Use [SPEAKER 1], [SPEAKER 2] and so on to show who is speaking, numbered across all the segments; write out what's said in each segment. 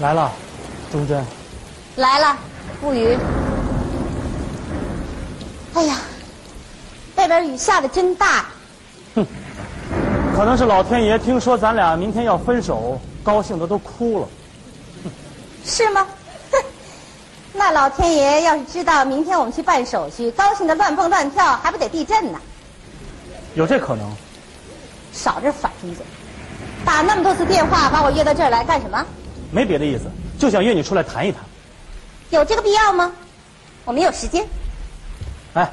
[SPEAKER 1] 来了，忠贞。
[SPEAKER 2] 来了，不雨。哎呀，外边雨下的真大，
[SPEAKER 1] 哼，可能是老天爷听说咱俩明天要分手，高兴的都哭了。
[SPEAKER 2] 是吗？ 哼，那老天爷要是知道明天我们去办手续，高兴的乱蹦乱跳，还不得地震呢？
[SPEAKER 1] 有这可能？
[SPEAKER 2] 少这反应嘴！打那么多次电话把我约到这儿来干什么？
[SPEAKER 1] 没别的意思，就想约你出来谈一谈。
[SPEAKER 2] 有这个必要吗？我没有时间，
[SPEAKER 1] 哎，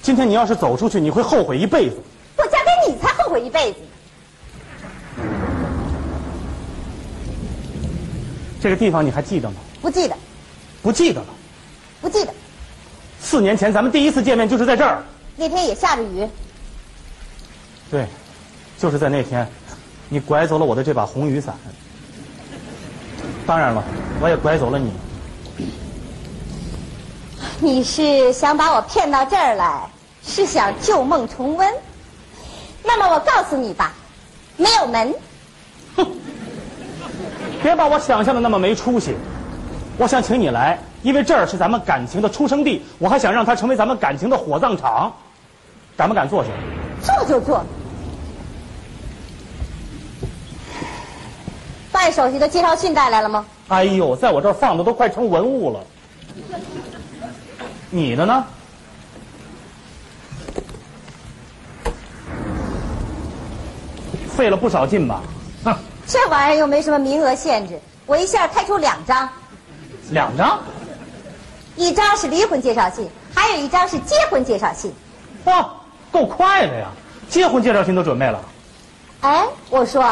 [SPEAKER 1] 今天你要是走出去，你会后悔一辈子。
[SPEAKER 2] 我嫁给你才后悔一辈子。
[SPEAKER 1] 这个地方你还记得吗？
[SPEAKER 2] 不记得，
[SPEAKER 1] 不记得了。
[SPEAKER 2] 不记得。
[SPEAKER 1] 四年前咱们第一次见面就是在这儿。
[SPEAKER 2] 那天也下着雨，
[SPEAKER 1] 对，就是在那天，你拐走了我的这把红雨伞。当然了，我也拐走了你。
[SPEAKER 2] 你是想把我骗到这儿来，是想旧梦重温？那么我告诉你吧，没有门。
[SPEAKER 1] 别把我想象的那么没出息。我想请你来，因为这儿是咱们感情的出生地，我还想让它成为咱们感情的火葬场。敢不敢坐下？
[SPEAKER 2] 坐就坐。办手续的介绍信带来了吗？
[SPEAKER 1] 哎呦，在我这儿放的都快成文物了。你的呢？费了不少劲吧？哼，
[SPEAKER 2] 这玩意儿又没什么名额限制，我一下开出两张，
[SPEAKER 1] 两张。
[SPEAKER 2] 一张是离婚介绍信，还有一张是结婚介绍信。
[SPEAKER 1] 哇，哦够快的呀！结婚介绍信都准备了。
[SPEAKER 2] 哎，我说，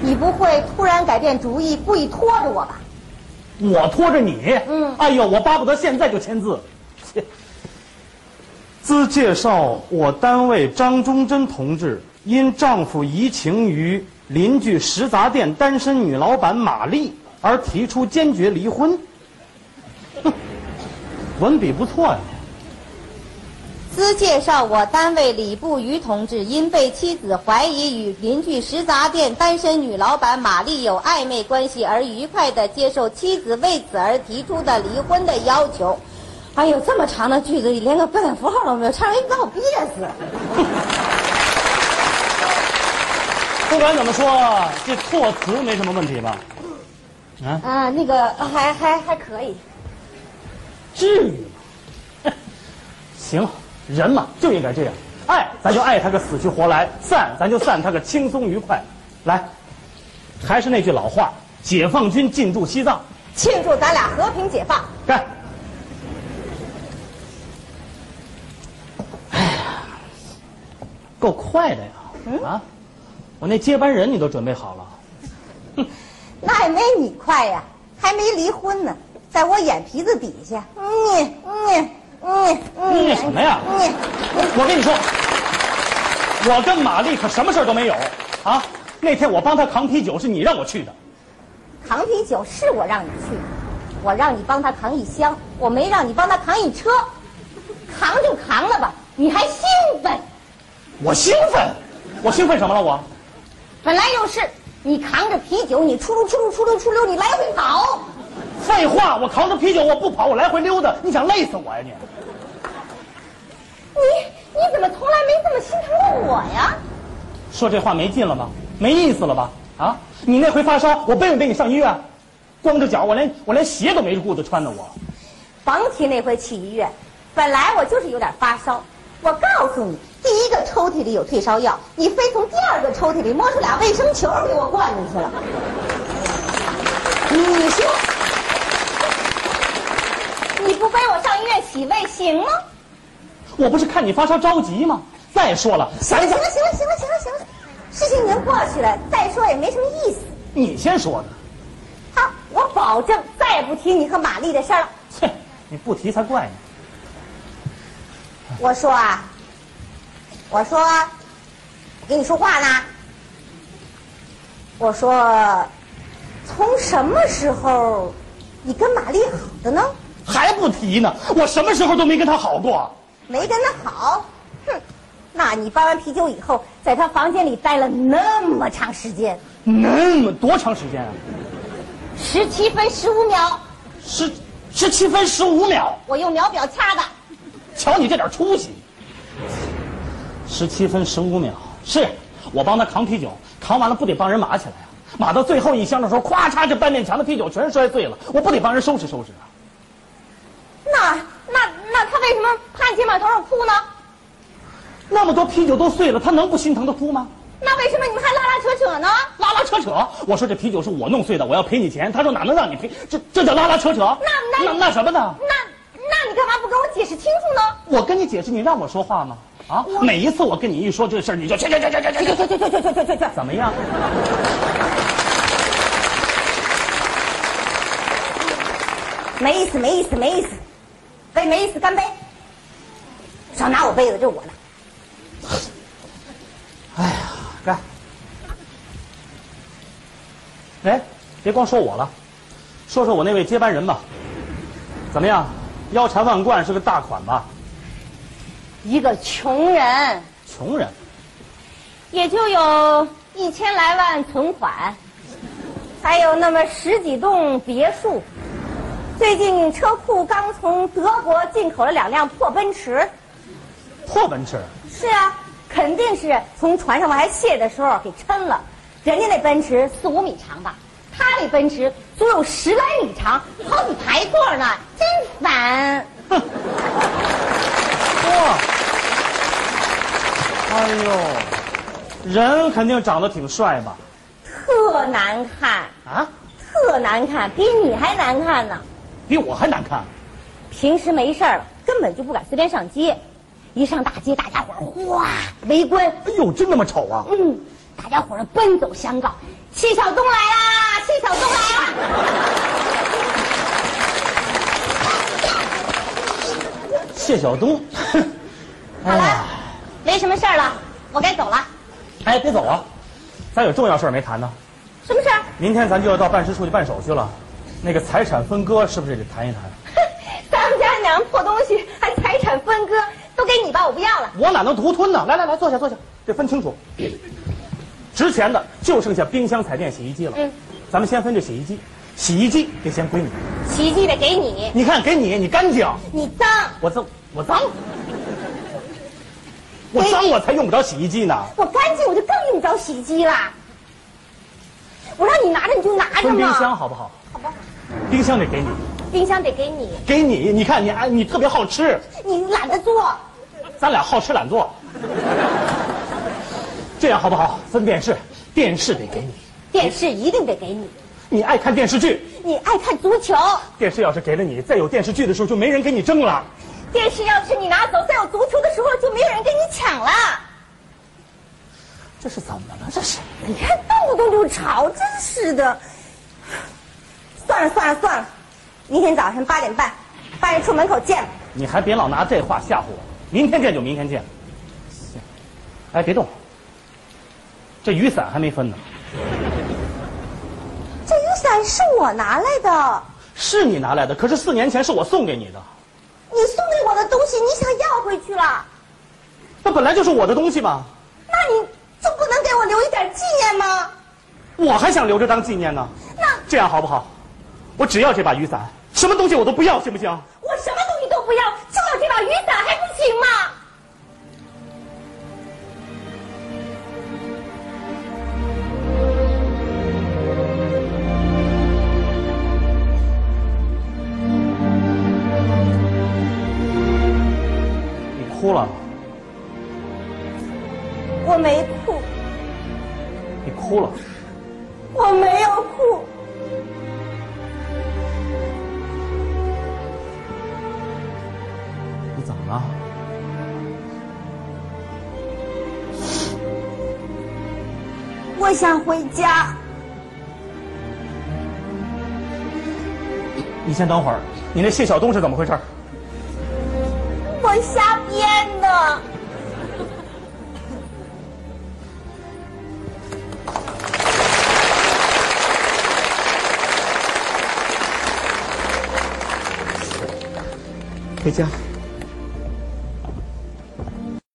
[SPEAKER 2] 你不会突然改变主意，故意拖着我吧？
[SPEAKER 1] 我拖着你，
[SPEAKER 2] 嗯
[SPEAKER 1] 哎呦，我巴不得现在就签 字。切兹介绍，我单位张忠贞同志因丈夫移情于邻居食杂店单身女老板马丽而提出坚决离婚。哼，文笔不错呀，
[SPEAKER 2] 兹介绍我单位李步余同志因被妻子怀疑与邻居食杂店单身女老板玛丽有暧昧关系而愉快地接受妻子为此而提出的离婚的要求。哎呦，这么长的句子里连个标点符号都没有，差点把我憋死。
[SPEAKER 1] 不管怎么说，这措辞没什么问题吧？啊，
[SPEAKER 2] 啊，那个还还还可以。
[SPEAKER 1] 至于吗？ 行，人嘛就应该这样，爱咱就爱他个死去活来，散咱就散他个轻松愉快。来，还是那句老话，解放军进驻西藏，
[SPEAKER 2] 庆祝咱俩和平解放。
[SPEAKER 1] 干！哎呀，哎够快的呀！啊，我那接班人你都准备好了，
[SPEAKER 2] 那也没你快呀，还没离婚呢，在我眼皮子底下。嗯嗯嗯嗯
[SPEAKER 1] 你什么呀
[SPEAKER 2] 嗯，
[SPEAKER 1] 我跟你说，我跟玛丽可什么事儿都没有啊！那天我帮她扛啤酒是你让我去的。
[SPEAKER 2] 扛啤酒是我让你去，我让你帮他扛一箱，我没让你帮他扛一车，扛就扛了吧，你还兴奋？
[SPEAKER 1] 我兴奋，我兴奋什么了？我
[SPEAKER 2] 本来就是你扛着啤酒，你出溜出溜出溜出溜，你来回跑，
[SPEAKER 1] 废话，我扛着啤酒，我不跑，我来回溜达，你想累死我呀你？
[SPEAKER 2] 你你怎么从来没这么心疼过我呀？
[SPEAKER 1] 说这话没劲了吧？没意思了吧？啊，你那回发烧，我背没背你上医院？光着脚，我连我连鞋都没顾得穿呢，我
[SPEAKER 2] 甭提那回去医院，本来我就是有点发烧，我告诉你，第一个抽屉里有退烧药，你非从第二个抽屉里摸出俩卫生球给我灌进去了。你说，你不背我上医院洗胃行吗？
[SPEAKER 1] 我不是看你发烧着急吗？再说了，
[SPEAKER 2] 行
[SPEAKER 1] 咱
[SPEAKER 2] 了
[SPEAKER 1] 家
[SPEAKER 2] 行了行了行了行了，事情已经过去了，再说也没什么意思。
[SPEAKER 1] 你先说的，
[SPEAKER 2] 好，我保证再也不提你和玛丽的事儿了。
[SPEAKER 1] 切，你不提才怪呢。
[SPEAKER 2] 我说啊，我说，我跟你说话呢。我说，从什么时候你跟玛丽好的呢？
[SPEAKER 1] 还不提呢？我什么时候都没跟他好过。
[SPEAKER 2] 没跟她好，哼！那你搬完啤酒以后，在她房间里待了那么长时间，
[SPEAKER 1] 那么多长时间啊？
[SPEAKER 2] 十七分十五秒，
[SPEAKER 1] 十十七分十五秒，
[SPEAKER 2] 我用秒表掐的。
[SPEAKER 1] 瞧你这点出息。十七分十五秒，是我帮他扛啤酒，扛完了不得帮人码起来啊？码到最后一箱的时候，咵嚓，这半面墙的啤酒全摔碎了，我不得帮人收拾收拾啊？
[SPEAKER 2] 那那那他为什么趴你肩膀头上哭呢？
[SPEAKER 1] 那么多啤酒都碎了，他能不心疼的哭吗？
[SPEAKER 2] 那为什么你们还拉拉扯扯呢？
[SPEAKER 1] 拉拉扯扯，我说这啤酒是我弄碎的，我要赔你钱。他说哪能让你赔？这这叫拉拉扯扯？
[SPEAKER 2] 那那
[SPEAKER 1] 那那什么呢？
[SPEAKER 2] 那那你干嘛不跟我解释清楚呢？
[SPEAKER 1] 我跟你解释，你让我说话吗？啊，每一次我跟你一说这事儿，你就去去去去去去去去去去去去去去，怎么样？
[SPEAKER 2] 没意思，没意思，没意思，杯没意思，干杯！少拿我杯子，这是我的。
[SPEAKER 1] 哎呀，干！哎，别光说我了，说说我那位接班人吧。怎么样？腰缠万贯是个大款吧？
[SPEAKER 2] 一个穷人，
[SPEAKER 1] 穷人，
[SPEAKER 2] 也就有一千来万存款，还有那么十几栋别墅。最近车库刚从德国进口了两辆破奔驰。
[SPEAKER 1] 破奔驰，
[SPEAKER 2] 是啊，肯定是从船上往下卸的时候给抻了。人家那奔驰四五米长吧，他那奔驰足有十来米长，好几排座呢，真烦。
[SPEAKER 1] 哇！哎呦，人肯定长得挺帅吧？
[SPEAKER 2] 特难看，
[SPEAKER 1] 啊，
[SPEAKER 2] 特难看，比你还难看呢。
[SPEAKER 1] 比我还难看。
[SPEAKER 2] 平时没事儿根本就不敢随便上街，一上大街，大家伙儿哗围观，
[SPEAKER 1] 哎呦，真那么丑啊！
[SPEAKER 2] 嗯，大家伙儿奔走相告，戚晓东来啦，戚晓东来啦。
[SPEAKER 1] 谢晓东，
[SPEAKER 2] 好了，没什么事儿了，我该走了。
[SPEAKER 1] 哎，别走啊，咱有重要事儿没谈呢。
[SPEAKER 2] 什么事儿？
[SPEAKER 1] 明天咱就要到办事处去办手续了，那个财产分割是不是也得谈一谈？
[SPEAKER 2] 咱们家两样破东西，还财产分割，都给你吧，我不要了。
[SPEAKER 1] 我哪能独吞呢？来来来，坐下坐下，得分清楚。值钱的就剩下冰箱、彩电、洗衣机了。
[SPEAKER 2] 嗯
[SPEAKER 1] 咱们先分这洗衣机，洗衣机得先归你。
[SPEAKER 2] 洗衣机得给你，
[SPEAKER 1] 你看，给你，你干净。
[SPEAKER 2] 你脏，
[SPEAKER 1] 我脏，我脏，我脏，我才用不着洗衣机呢。
[SPEAKER 2] 我干净，我就更用不着洗衣机了。我让你拿着你就拿着
[SPEAKER 1] 分冰
[SPEAKER 2] 嘛，
[SPEAKER 1] 箱好不哎好？
[SPEAKER 2] 好吧？
[SPEAKER 1] 冰箱得给你，
[SPEAKER 2] 冰箱得给你，
[SPEAKER 1] 给你。你看你啊，你特别好吃，
[SPEAKER 2] 你懒得做。
[SPEAKER 1] 咱俩好吃懒做。这样好不好？分电视，电视得给你。
[SPEAKER 2] 电视一定得给你，
[SPEAKER 1] 你爱看电视剧，
[SPEAKER 2] 你爱看足球，
[SPEAKER 1] 电视要是给了你，再有电视剧的时候就没人跟你争了。
[SPEAKER 2] 电视要是你拿走，再有足球的时候就没有人跟你抢了。
[SPEAKER 1] 这是怎么了？这是
[SPEAKER 2] 你看动不动就吵，真是的。算了算了算了，明天早上八点半，八月处门口见吧。
[SPEAKER 1] 你还别老拿这话吓唬我。明天见就明天见。行哎，别动，这雨伞还没分呢。
[SPEAKER 2] 这雨伞是我拿来的，
[SPEAKER 1] 是你拿来的，可是四年前是我送给你的，
[SPEAKER 2] 你送给我的东西你想要回去了，
[SPEAKER 1] 那本来就是我的东西嘛，
[SPEAKER 2] 那你就不能给我留一点纪念吗？
[SPEAKER 1] 我还想留着当纪念呢。
[SPEAKER 2] 那
[SPEAKER 1] 这样好不好？我只要这把雨伞，什么东西我都不要，行不行？
[SPEAKER 2] 我什么东西都不要，就要这把雨伞还不行吗？
[SPEAKER 1] 你哭了，
[SPEAKER 2] 我没哭，
[SPEAKER 1] 你哭了，
[SPEAKER 2] 我没有哭，
[SPEAKER 1] 你怎么了？
[SPEAKER 2] 我想回家。
[SPEAKER 1] 你先等会儿，你那谢晓东是怎么回事？
[SPEAKER 2] 我瞎编的。
[SPEAKER 1] 回家。